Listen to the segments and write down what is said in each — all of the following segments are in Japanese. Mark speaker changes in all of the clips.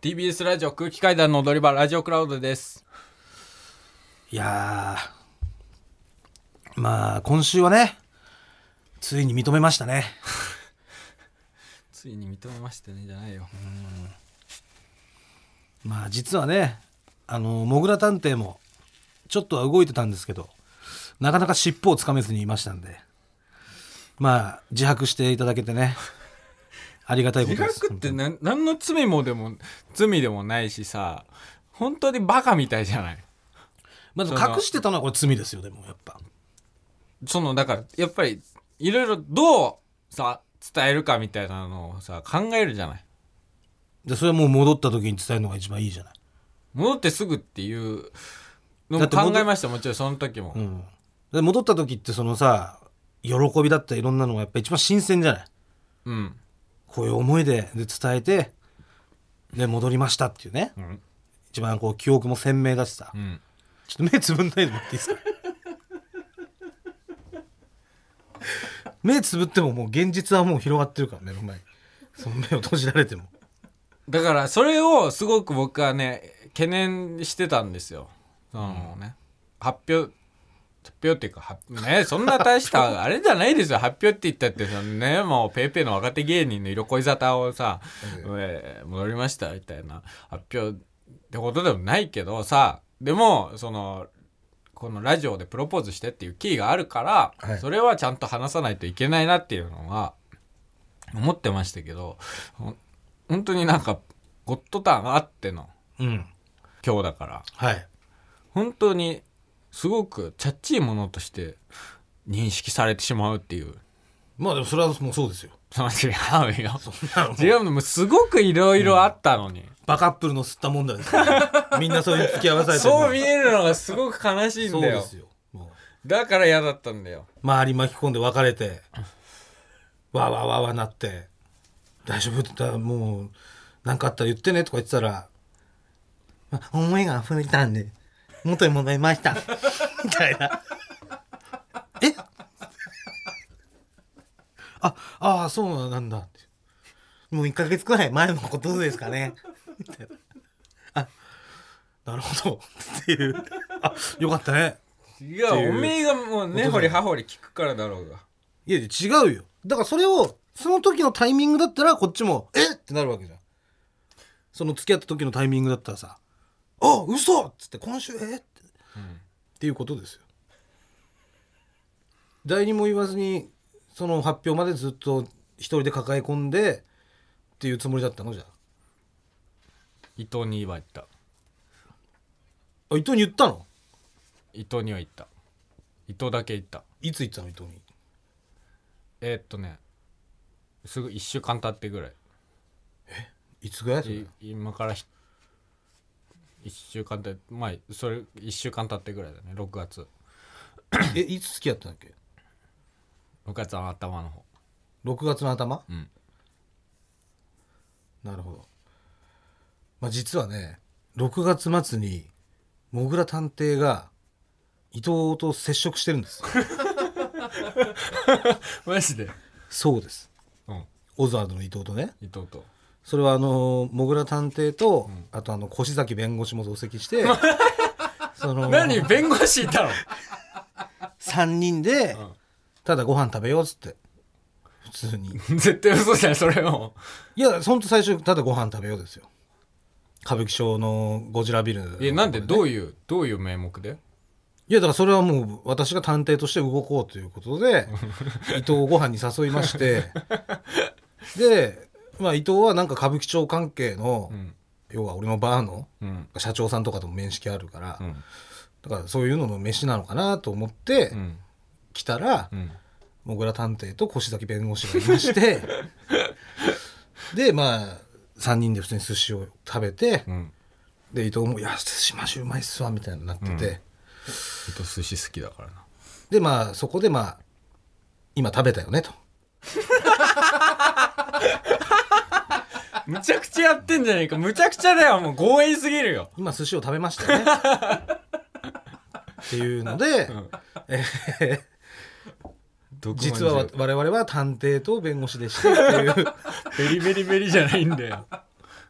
Speaker 1: TBS ラジオ空気階段の踊り場ラジオクラウドです
Speaker 2: いやーまあ今週はねついに認めましたね
Speaker 1: ついに認めましたねじゃないよ
Speaker 2: まあ実はねあのモグラ探偵もちょっとは動いてたんですけどなかなか尻尾をつかめずにいましたんでまあ自白していただけてねありがたいこ
Speaker 1: 自
Speaker 2: とです
Speaker 1: 覚ってな何の罪もでも罪でもないしさ本当にバカみたいじゃない
Speaker 2: まず隠してたのはこれ罪ですよでもやっぱ
Speaker 1: そのだからやっぱりいろいろどうさ伝えるかみたいなのをさ考えるじゃない
Speaker 2: でそれはもう戻った時に伝えるのが一番いいじゃない、
Speaker 1: 戻ってすぐっていうの
Speaker 2: だ
Speaker 1: も
Speaker 2: って戻
Speaker 1: 考えましたもちろんその時も、
Speaker 2: うん、で戻った時ってそのさ喜びだったりいろんなのがやっぱ一番新鮮じゃない
Speaker 1: うん
Speaker 2: こういう思いでで伝えてで戻りましたっていうね、
Speaker 1: ん
Speaker 2: 一番こう記憶も鮮明だしさ、
Speaker 1: うん、
Speaker 2: ちょっと目つぶんないでもらっていいですか 目つぶってももう現実はもう広がってるから目の前にその目を閉じられても
Speaker 1: だからそれをすごく僕はね懸念してたんですよそのね、発表発表っていうか発ねそんな大したあれじゃないですよ発表って言ったってそのねもうペイペイの若手芸人の色恋沙汰をさ、えー戻りましたみたいな発表ってことでもないけどさでもそのこのラジオでプロポーズしてっていうキーがあるから、
Speaker 2: はい
Speaker 1: それはちゃんと話さないといけないなっていうのは思ってましたけどほん本当になんかゴッドタンあっての
Speaker 2: うん
Speaker 1: 今日だから
Speaker 2: はい
Speaker 1: 本当にすごくチャッチいものとして認識されてしまうっていう
Speaker 2: まあでもそれはもうそうですよ
Speaker 1: その違うよ
Speaker 2: なの
Speaker 1: 違うのもうすごくいろいろあったのに、
Speaker 2: バカップルの吸ったもんだですよみんなそれに付き合わされてる
Speaker 1: そう見えるのがすごく悲しいん
Speaker 2: そう
Speaker 1: だ
Speaker 2: で
Speaker 1: よ
Speaker 2: すよもう
Speaker 1: だから嫌だったんだよ
Speaker 2: 周り巻き込んで別れてわーわーわーわーなって「大丈夫?」って言ったら「もう何かあったら言ってね」とか言ってたら「ま思いが溢れたんで元に戻りました」 みたいな「えあああそうなんだ」ってもう1ヶ月くらい前のことですかね」みたいな「あなるほど」っていう「あよかったね」
Speaker 1: いやおめえがもう根掘り葉掘り聞くからだろうが
Speaker 2: いやいや違うよだからそれをその時のタイミングだったらこっちもえってなるわけじゃんその付き合った時のタイミングだったらさ「あ嘘っつって今週えって、っていうことですよ誰にも言わずにその発表までずっと一人で抱え込んでっていうつもりだったのじゃあ
Speaker 1: 伊藤には言った
Speaker 2: あ伊藤に言ったの
Speaker 1: 伊藤には言った伊藤だけ言った
Speaker 2: いつ言ったの伊藤に
Speaker 1: えーっとねすぐ1週間経ってぐらい
Speaker 2: いつぐらいそれ
Speaker 1: い今からひ1週間経ってまあそれ1週間経ってぐらいだね6月
Speaker 2: えいつ付き合ったんだっけ
Speaker 1: 6月の頭の方
Speaker 2: 6月の頭
Speaker 1: うん
Speaker 2: なるほど。まあ、実はね、6月末に、モグラ探偵が、伊藤と接触してるんです。
Speaker 1: マジで
Speaker 2: そうです。
Speaker 1: うん
Speaker 2: オズワルドの伊藤とね。
Speaker 1: 伊藤と
Speaker 2: それはあの、モグラ探偵と、あとあの、越崎弁護士も同席して、 そ の、
Speaker 1: 何弁護士いたの
Speaker 2: ?3 人で、
Speaker 1: ん
Speaker 2: ただご飯食べようっつって。普通に。
Speaker 1: 絶対嘘じゃんそれも
Speaker 2: いや、ほんと最初、ただご飯食べようですよ。歌舞伎町のゴジラビルのところ
Speaker 1: え
Speaker 2: ね。
Speaker 1: なんでどういうどういう名目で
Speaker 2: いやだからそれはもう私が探偵として動こうということ で伊藤をご飯に誘いましてで、まあ、伊藤はなんか歌舞伎町関係の、
Speaker 1: うん
Speaker 2: 要は俺のバーの
Speaker 1: うん
Speaker 2: 社長さんとかとも面識あるから、
Speaker 1: うん
Speaker 2: だからそういうのの飯なのかなと思って
Speaker 1: うん
Speaker 2: 来たら、
Speaker 1: うん
Speaker 2: もぐら探偵と越崎弁護士がいまして でまあ3人で普通に寿司を食べて
Speaker 1: うん
Speaker 2: で伊藤も「いや寿司マジうまいっすわ」みたいになってて。
Speaker 1: う伊藤寿司好きだからな
Speaker 2: でまあそこでまあ今食べたよねと
Speaker 1: むちゃくちゃやってんじゃねえかむちゃくちゃだよもう強引すぎるよ
Speaker 2: 今寿司を食べましたよねっていうので、
Speaker 1: ん
Speaker 2: えー
Speaker 1: どこまで
Speaker 2: 実は我々は探偵と弁護士でしたっていう
Speaker 1: ベリベリベリじゃないんだよ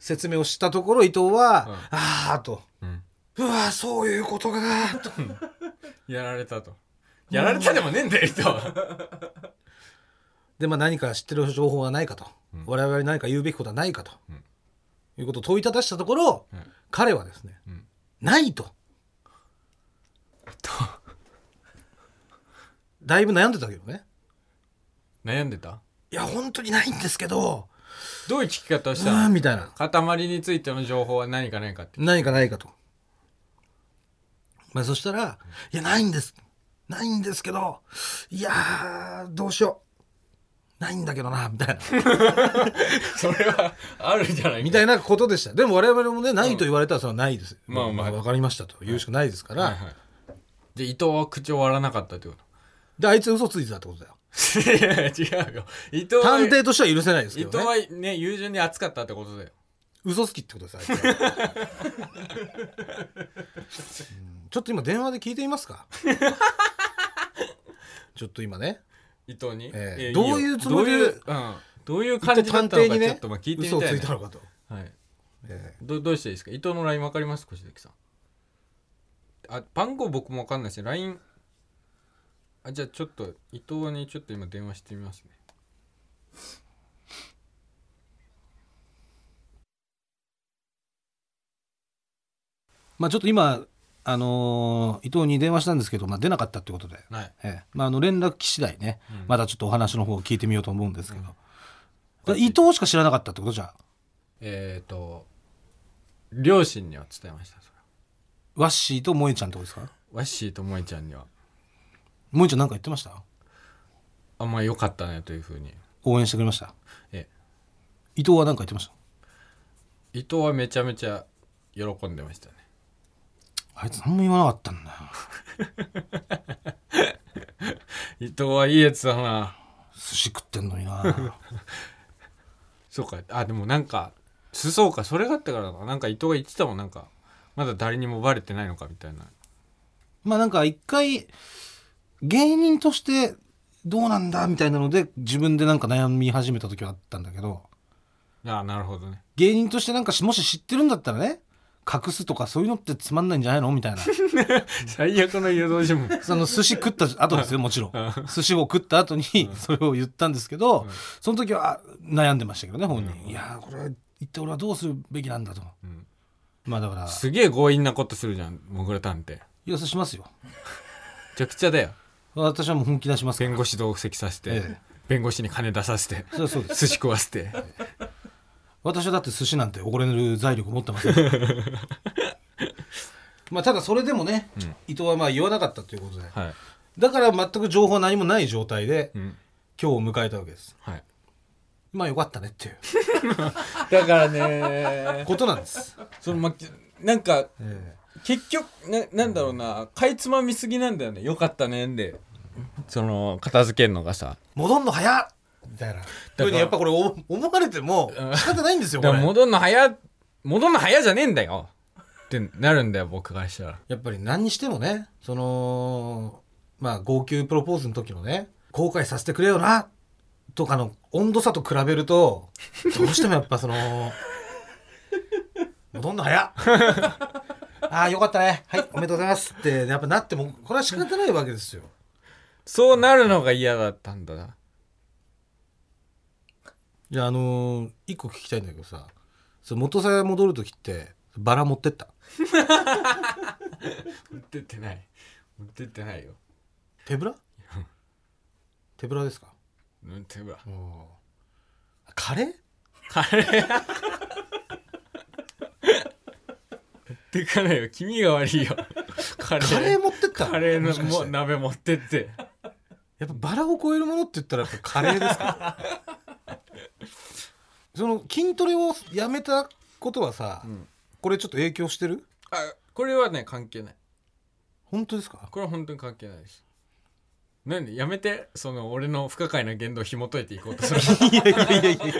Speaker 2: 説明をしたところ伊藤は「
Speaker 1: うん
Speaker 2: ああ」と
Speaker 1: うん
Speaker 2: 「うわそういうことか」と
Speaker 1: やられたとやられたでもねえんだよ人は
Speaker 2: で、まあ、何か知ってる情報はないかと、
Speaker 1: ん
Speaker 2: 我々に何か言うべきことはないかと、
Speaker 1: うん
Speaker 2: いうことを問いただしたところ、
Speaker 1: うん
Speaker 2: 彼はですね、
Speaker 1: うん
Speaker 2: ないとだいぶ悩んでたけどね
Speaker 1: 悩んでた
Speaker 2: いや本当にないんですけど
Speaker 1: どういう聞き方をし
Speaker 2: う
Speaker 1: た
Speaker 2: わー
Speaker 1: の
Speaker 2: みたいな
Speaker 1: 塊についての情報は何かないかって
Speaker 2: 何かないかと、まあ、そしたら「いやないんですないんですけどいやーどうしようないんだけどな」み たいな
Speaker 1: それはあるじゃない
Speaker 2: みた
Speaker 1: い
Speaker 2: いなことでした。でも我々もね、ないと言われたらそれはないです。
Speaker 1: まあまあ
Speaker 2: わかりましたと言うしかないですから。
Speaker 1: はいはいで伊藤は口を割らなかったってこと
Speaker 2: で、あいつ嘘ついてたってことだよ。
Speaker 1: いや違うよ伊藤は
Speaker 2: 探偵としては許せないです
Speaker 1: 伊
Speaker 2: け
Speaker 1: 藤
Speaker 2: どね。
Speaker 1: はね友情に熱かったってことだよ
Speaker 2: 嘘つきってことです、あいつはうんちょっと今電話で聞いてみま すかちょっと今ね、
Speaker 1: 伊藤に、
Speaker 2: ええ
Speaker 1: や
Speaker 2: どういう
Speaker 1: よ
Speaker 2: つもりで
Speaker 1: どういう,、うん、どういう感じだ
Speaker 2: 探
Speaker 1: ったの
Speaker 2: 偵
Speaker 1: か
Speaker 2: に
Speaker 1: ちょっ
Speaker 2: ね
Speaker 1: とまあ聞いてみたい
Speaker 2: 嘘をつい
Speaker 1: な
Speaker 2: たのかと。
Speaker 1: はい
Speaker 2: え
Speaker 1: どどうしていいですか伊藤の LINE 分かります越崎さんあ番号僕も分かんないし LINE あじゃあちょっと伊藤にちょっと今電話してみますね
Speaker 2: まあちょっと今、あのー伊藤に電話したんですけど、まあ、出なかったってことで、
Speaker 1: はい
Speaker 2: ええまあ、あの連絡次第ね、
Speaker 1: うん
Speaker 2: まだちょっとお話の方を聞いてみようと思うんですけど、だから
Speaker 1: うん
Speaker 2: 伊藤しか知らなかったってことじゃあ
Speaker 1: えっ、ー、と両親には伝えましたそれは
Speaker 2: ワッシーと萌えちゃんってことですか
Speaker 1: ワッシーと萌えちゃんには
Speaker 2: 萌えちゃんなんか言ってました
Speaker 1: あんまあ良かったねというふうに
Speaker 2: 応援してくれました
Speaker 1: え
Speaker 2: 伊藤は何か言ってました
Speaker 1: 伊藤はめちゃめちゃ喜んでましたね
Speaker 2: あいつ何も言わなかったんだよ
Speaker 1: 伊藤はいいやつだな
Speaker 2: 寿司食ってんのにな
Speaker 1: そうかあでもなんかすそうかそれがあったからななんか伊藤が言ってたもんなんかまだ誰にもバレてないのかみたいな
Speaker 2: まあなんか一回芸人としてどうなんだみたいなので自分でなんか悩み始めた時はあったんだけど
Speaker 1: あなるほどね
Speaker 2: 芸人としてなんかしもし知ってるんだったらね隠すとかそういうのってつまんないんじゃないのみたい な
Speaker 1: 最悪の誘導尋問
Speaker 2: その寿司食った後ですよもちろん寿司を食った後にそれを言ったんですけど、その時は悩んでましたけどね本人、いやーこれは一体俺はどうするべきなんだと、
Speaker 1: ん
Speaker 2: まあだから
Speaker 1: すげえ強引なことするじゃんモグラ探偵め
Speaker 2: 要請しますよ
Speaker 1: ちゃくちゃだよ
Speaker 2: 私はもう本気出しますから
Speaker 1: 弁護士同席させて、
Speaker 2: ええ
Speaker 1: 弁護士に金出させて
Speaker 2: それはそうです
Speaker 1: 寿司食わせて
Speaker 2: 私はだって寿司なんて怒れる財力持ってま せんからまあただそれでもね、伊藤はまあ言わなかったということで
Speaker 1: はい、
Speaker 2: だから全く情報は何もない状態で、
Speaker 1: うん
Speaker 2: 今日を迎えたわけです
Speaker 1: はい、
Speaker 2: まあよかったねっていう
Speaker 1: だからね
Speaker 2: ことなんです、
Speaker 1: そのまなんか
Speaker 2: ええ
Speaker 1: 結局ななんだろうなかいつまみすぎなんだよねよかったねんでその片付けるのがさ
Speaker 2: 戻んの早っみたいなふうにやっぱこれお思われても仕方ないんです よ
Speaker 1: だか
Speaker 2: こ
Speaker 1: ら
Speaker 2: れ
Speaker 1: 戻んの早戻んの早じゃねえんだよってなるんだよ僕からしたら
Speaker 2: やっぱり何にしてもねそのまあ号泣プロポーズの時のね後悔させてくれよなとかの温度差と比べるとどうしてもやっぱその 戻んの 早っああよかったねはいおめでとうございますってやっぱなってもこれは仕方ないわけですよ
Speaker 1: そうなるのが嫌だったんだな。
Speaker 2: いやあのー一個聞きたいんだけどさその元さん戻る時ってバラ持ってった
Speaker 1: 持ってってない。持ってってないよ。
Speaker 2: 手ぶら手ぶらですか
Speaker 1: うん、手ぶら。
Speaker 2: カレー
Speaker 1: カレー。持ってかないよ。気味が悪いよ。カレー。
Speaker 2: カレー持ってった
Speaker 1: カレーの
Speaker 2: もしかし
Speaker 1: も
Speaker 2: て
Speaker 1: 鍋持ってって。
Speaker 2: やっぱバラを超えるものって言ったらやっぱカレーですか その筋トレをやめたことはさ、
Speaker 1: ん
Speaker 2: これちょっと影響してる
Speaker 1: あ、これはね、関係ない。
Speaker 2: 本当ですか
Speaker 1: これは本当に関係ないです。なんでやめてその俺の不可解な言動を紐解いていこう とする
Speaker 2: いやいやいやいやいやい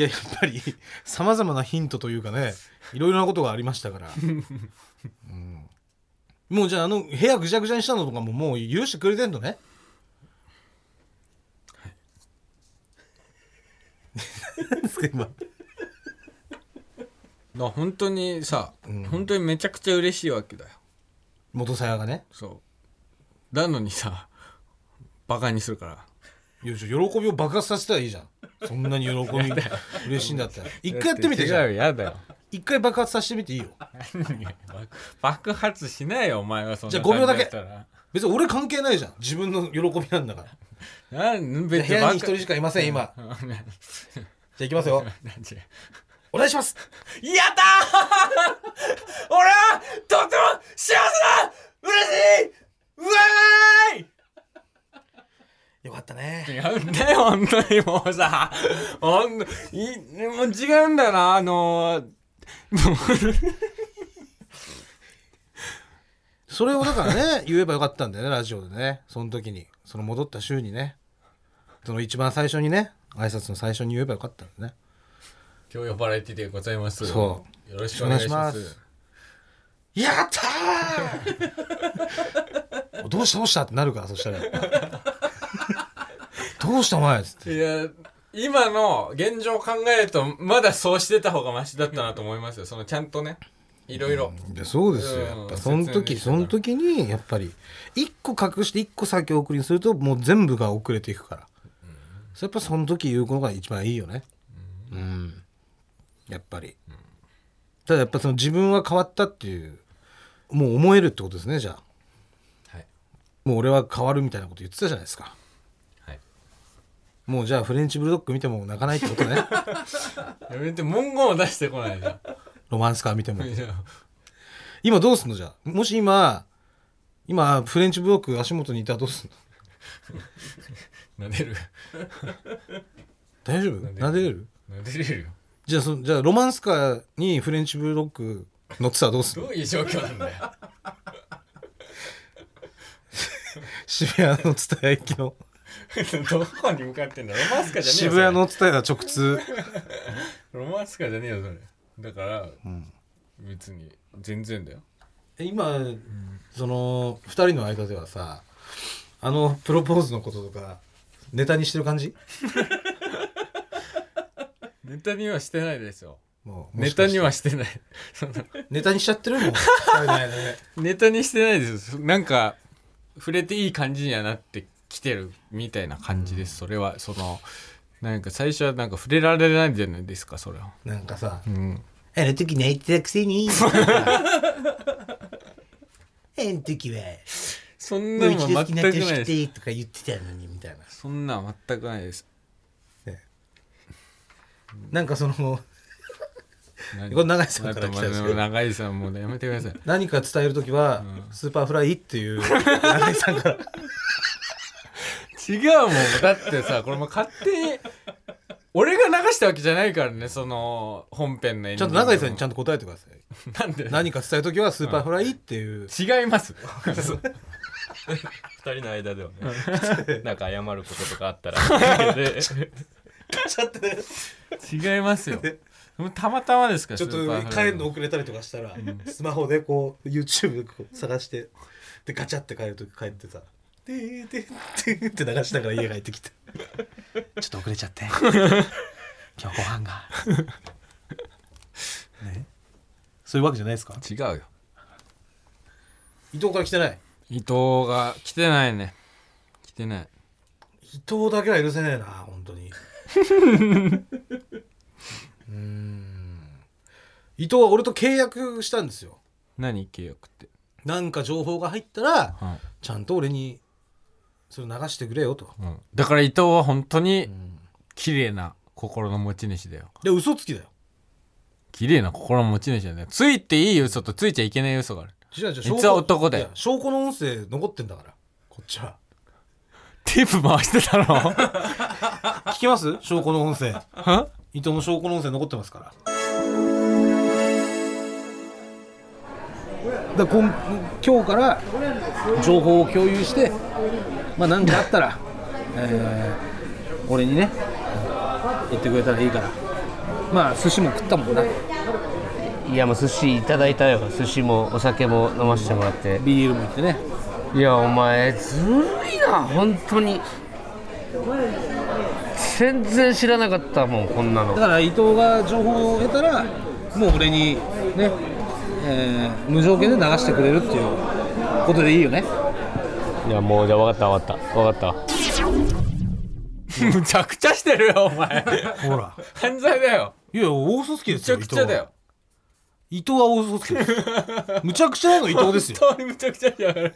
Speaker 2: ややっぱりさまざまなヒントというかねいろいろなことがありましたから、うんもうじゃああの部屋ぐちゃぐちゃにしたのとかももう許してくれてんのね何ですか今
Speaker 1: だ本当にさ、
Speaker 2: うん
Speaker 1: 本当にめちゃくちゃ嬉しいわけだよ
Speaker 2: 元さやがね
Speaker 1: そうなのにさバカにするから
Speaker 2: いや喜びを爆発させたらいいじゃんそんなに喜び嬉しいんだ ったら一回やってみてじゃ
Speaker 1: 違
Speaker 2: ん
Speaker 1: うよやだよ
Speaker 2: 一回爆発させてみていいよ
Speaker 1: 爆発しないよお前がそんな
Speaker 2: じゃあ5秒だけ
Speaker 1: 感じったら
Speaker 2: 別に俺関係ないじゃん自分の喜びなんだから
Speaker 1: なん別
Speaker 2: 部
Speaker 1: に
Speaker 2: 屋に
Speaker 1: バ
Speaker 2: 一人しかいません今じゃ
Speaker 1: カね
Speaker 2: あいきますよ
Speaker 1: なんで
Speaker 2: お願いします
Speaker 1: やったー 俺はとっても幸せだ嬉しいうわーい
Speaker 2: よかったね
Speaker 1: 違うんだよ、本当にもうさ。ほんと、い、もう違うんだよな、あのー、も
Speaker 2: それをだからね言えばよかったんだよねラジオでねその時にその戻った週にねその一番最初にね挨拶の最初に言えばよかったんだね
Speaker 1: う今日呼ばれてでございます。。
Speaker 2: そう
Speaker 1: よろし
Speaker 2: くお願いしますやったー どうしたどうしたってなるからそしたら どうしたお前っつって
Speaker 1: いや、今の現状を考えると、まだそうしてた方がマシだったなと思いますよ。そのちゃんとね、いろいろ。
Speaker 2: いやそうですよ
Speaker 1: うん
Speaker 2: やっぱその
Speaker 1: 説明でき
Speaker 2: 時
Speaker 1: た
Speaker 2: そ
Speaker 1: から
Speaker 2: の時にやっぱり一個隠して一個先送りにするともう全部が遅れていくから、それやっぱその時言うのが一番いいよねうん、やっぱり、ただやっぱその自分は変わったっていうもう思えるってことですねじゃあ
Speaker 1: はい。
Speaker 2: もう俺は変わるみたいなこと言ってたじゃないですか
Speaker 1: はい。
Speaker 2: もうじゃあフレンチブルドッグ見ても泣かないってこ とね
Speaker 1: やめて、文言を出してこないで。
Speaker 2: ロマンスカー見ても
Speaker 1: いや
Speaker 2: 今どうすんのじゃあもし今今フレンチブルドッグ足元にいたらどうすん
Speaker 1: な
Speaker 2: の
Speaker 1: でる。
Speaker 2: 大丈夫
Speaker 1: 撫
Speaker 2: 撫
Speaker 1: で
Speaker 2: でれる
Speaker 1: なでれるよ。
Speaker 2: じゃあそじゃあロマンスカーにフレンチブルドッグ乗ってたらどうする
Speaker 1: どういう状況なんだよ。
Speaker 2: 渋谷の蔦屋行きの
Speaker 1: どこに向かってんだロマンスカじゃねえよ
Speaker 2: 渋谷の蔦屋直通
Speaker 1: それロマンスカじゃねえよそれだから、別に全然だよ
Speaker 2: え今その2人の間ではさあのプロポーズのこととかネタにしてる感じ
Speaker 1: ネタにはしてないですよ
Speaker 2: もうも
Speaker 1: ネ
Speaker 2: しか
Speaker 1: タ
Speaker 2: し
Speaker 1: に
Speaker 2: て
Speaker 1: はしてない その
Speaker 2: ネタにしちゃってるもん二人の間で
Speaker 1: ネタにしてないですなんか触れていい感じにはなってきてるみたいな感じです、それはそのなんか最初はなんか触れられないじゃないですかそれは
Speaker 2: なんかさ
Speaker 1: うん
Speaker 2: あの時泣いてたくせ にあの時は
Speaker 1: そんな
Speaker 2: もう
Speaker 1: の
Speaker 2: 一
Speaker 1: 全
Speaker 2: 度
Speaker 1: く
Speaker 2: 好きにな
Speaker 1: な
Speaker 2: っ
Speaker 1: いです
Speaker 2: てほしくてとか言ってたのにみたいな
Speaker 1: そんなん全くないです
Speaker 2: なんかその
Speaker 1: 何
Speaker 2: これ永井さんから来たんですけど
Speaker 1: 長井さんもうやめてください
Speaker 2: 何か伝える時は、スーパーフライっていう中井さん から
Speaker 1: 違うもんだってさこれもう勝手に俺が流したわけじゃないからねその本編のエン
Speaker 2: ち
Speaker 1: デ
Speaker 2: ゃ
Speaker 1: ィ
Speaker 2: ん
Speaker 1: ン
Speaker 2: と
Speaker 1: グ
Speaker 2: 永井さんにちゃんと答えてくださ
Speaker 1: な
Speaker 2: い
Speaker 1: んで
Speaker 2: 何か伝える時はスーパーフライっていう、
Speaker 1: 違います
Speaker 3: 二人の間ではねなんか謝ることとかあったらで
Speaker 1: 違いますよたまたまですから
Speaker 2: ちょっ
Speaker 1: スーパー
Speaker 2: と
Speaker 1: フライ
Speaker 2: 帰るの遅れたりとかしたら、スマホでこう YouTube でこう探してでガチャって帰る時帰ってさ「でーでーでーって流しながら家帰ってきてちょっと遅れちゃ って今日ご飯 がねそういうわけじゃないですか
Speaker 1: 違うよ
Speaker 2: 伊藤から来てない
Speaker 1: 伊藤が来てないね来てない
Speaker 2: 伊藤だけは許せねえな本 当にうーん伊藤は俺と契約したんですよ
Speaker 1: 何契約って
Speaker 2: なんか情報が入ったら
Speaker 1: はい
Speaker 2: ちゃんと俺にそれ流してくれよと、
Speaker 1: うんだから伊藤は本当
Speaker 2: う
Speaker 1: に
Speaker 2: ん、
Speaker 1: 綺麗な心の持ち主だよ
Speaker 2: で嘘つきだよ
Speaker 1: 綺麗な心の持ち主だよついていい嘘とついちゃいけない嘘がある
Speaker 2: 違う違う
Speaker 1: 実は男で
Speaker 2: いや証拠の音声残ってんだからこっちは
Speaker 1: テープ回してたの
Speaker 2: 聞きます証拠の音声
Speaker 1: は
Speaker 2: 伊藤の証拠の音声残ってますからだ今今日から情報を共有して、まあ、何かあったら、 えー俺にね言ってくれたらいいからまあ寿司も食ったもんない
Speaker 4: やもう寿司いただいたよ寿司もお酒も飲ませてもらって
Speaker 2: ビールも行ってね
Speaker 4: いやお前ずるいな本当に全然知らなかったもんこんな
Speaker 2: だ
Speaker 4: の
Speaker 2: から伊藤が情報を得たらもう俺にね、えー無条件で流してくれるっていうことでいいよね
Speaker 4: いやもうじゃあ分かった分かった分かった
Speaker 1: むちゃくちゃしてるよお前
Speaker 2: ほら
Speaker 1: 犯罪だよ
Speaker 2: いや大嘘つきで
Speaker 1: む
Speaker 2: す
Speaker 1: ち
Speaker 2: よ
Speaker 1: ゃくちゃだよ
Speaker 2: 伊藤は大嘘つきですむちゃくちゃの伊藤ですよ
Speaker 1: 本当にむちゃくちゃじゃないだっ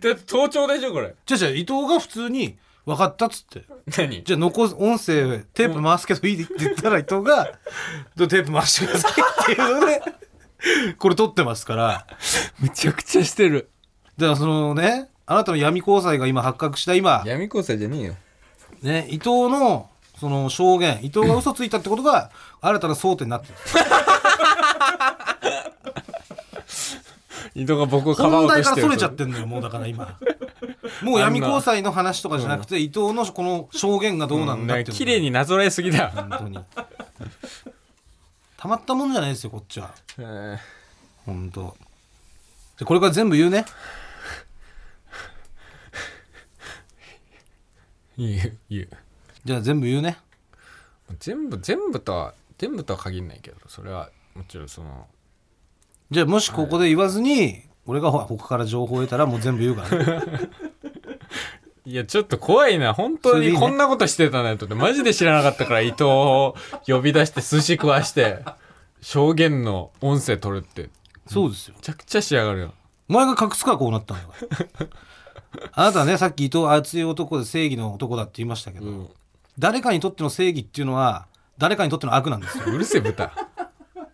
Speaker 1: て盗聴でしょこれ
Speaker 2: じゃじゃ伊藤が普通に分かったっつって
Speaker 1: 何
Speaker 2: じゃあ残す音声テープ回すけどいいって言ったら伊 藤が「でテープ回してください」っていうのでこれ撮ってますからだか
Speaker 1: むちゃくちゃしてる
Speaker 2: らそのねあなたの闇交際が今発覚した今、
Speaker 1: 闇交際じゃねえよ
Speaker 2: ね、伊藤のその証言伊藤が嘘ついたってこ とが新たな争点になってる
Speaker 1: 伊藤が僕をかばお
Speaker 2: 本
Speaker 1: うと
Speaker 2: 題
Speaker 1: し
Speaker 2: か
Speaker 1: て
Speaker 2: ら
Speaker 1: る
Speaker 2: それちゃってんのよもうだから 今もう闇交際の話とかじゃなくて伊藤のこの証言がどうなんだっ
Speaker 1: ね
Speaker 2: ていうのが
Speaker 1: 綺麗になぞらえすぎだ
Speaker 2: 本当にたまったもんじゃないですよこっちは
Speaker 1: え
Speaker 2: 本当。でこれから全部言うね
Speaker 1: ーいいよいいよ
Speaker 2: じゃあ全部言うね
Speaker 1: 全部全部とは全部とは限らないけどそれはもちろんその
Speaker 2: じゃあもしここで言わずに、俺がほ他から情報を得たらもう全部言うから、ね、
Speaker 1: いやちょっと怖いな本当
Speaker 2: それでい
Speaker 1: に
Speaker 2: いね
Speaker 1: こんなことしてたなんてマジで知らなかったから伊藤を呼び出して寿司食わして証言の音声取るってめ
Speaker 2: そうですよ
Speaker 1: ちゃくちゃ仕上がるよ
Speaker 2: お前が隠すからこうなったんだからあなたはねさっき伊藤熱い男で正義の男だって言いましたけど、
Speaker 1: うん
Speaker 2: 誰かにとっての正義っていうのは誰かにとっての悪なんですよ
Speaker 1: うるせえ 豚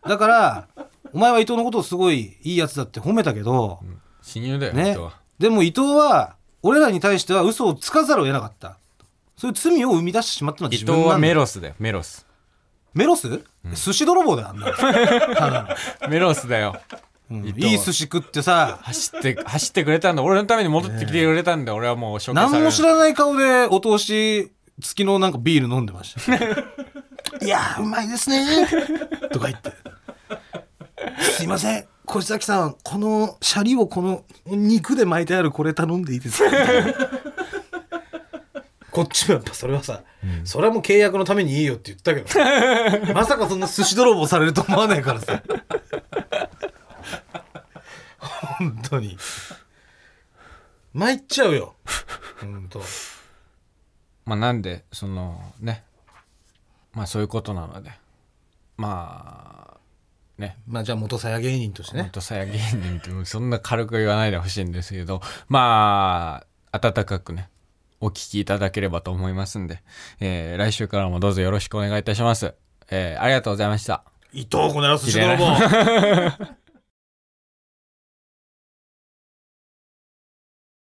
Speaker 2: だからお前は伊藤のことをすごいいいやつだって褒めたけど、
Speaker 1: 親友だよ、伊
Speaker 2: ね
Speaker 1: 藤は、
Speaker 2: でも伊藤は俺らに対しては嘘をつかざるを得なかったそういう罪を生み出してしまったのは
Speaker 1: 伊
Speaker 2: 自
Speaker 1: 藤
Speaker 2: 分な
Speaker 1: は
Speaker 2: んだ
Speaker 1: メロスだよメロス
Speaker 2: メロス、寿司泥棒だよあんなのただ
Speaker 1: メロスだよ
Speaker 2: のうん
Speaker 1: 伊藤はい
Speaker 2: い寿司食ってさ
Speaker 1: 走って走ってくれたんだ俺のために戻ってきてくれたんだ、俺はもう紹介され
Speaker 2: 何
Speaker 1: る
Speaker 2: も知らない顔でお通し付きのなんかビール飲んでました いやーうまいですねとか言ってすいません小崎さんこのシャリをこの肉で巻いてあるこれ頼んでいいですか こっちもやっぱそれはさ、それはもう契約のためにいいよって言ったけ どまさかそんな寿司泥棒されると思わないから さ本当に参っちゃうよ本当
Speaker 1: まあなんでそのねまあそういうことなのでまあね
Speaker 2: まあじゃあ元さや芸人として
Speaker 1: 本
Speaker 2: ね
Speaker 1: 当さや芸人ってそんな軽く言わないでほしいんですけどまあ温かくねお聞きいただければと思いますんで、えー来週からもどうぞよろしくお願いいたします、えーありがとうございました
Speaker 2: 伊藤この野郎寿司
Speaker 1: 綺麗
Speaker 2: 泥
Speaker 1: な
Speaker 2: 棒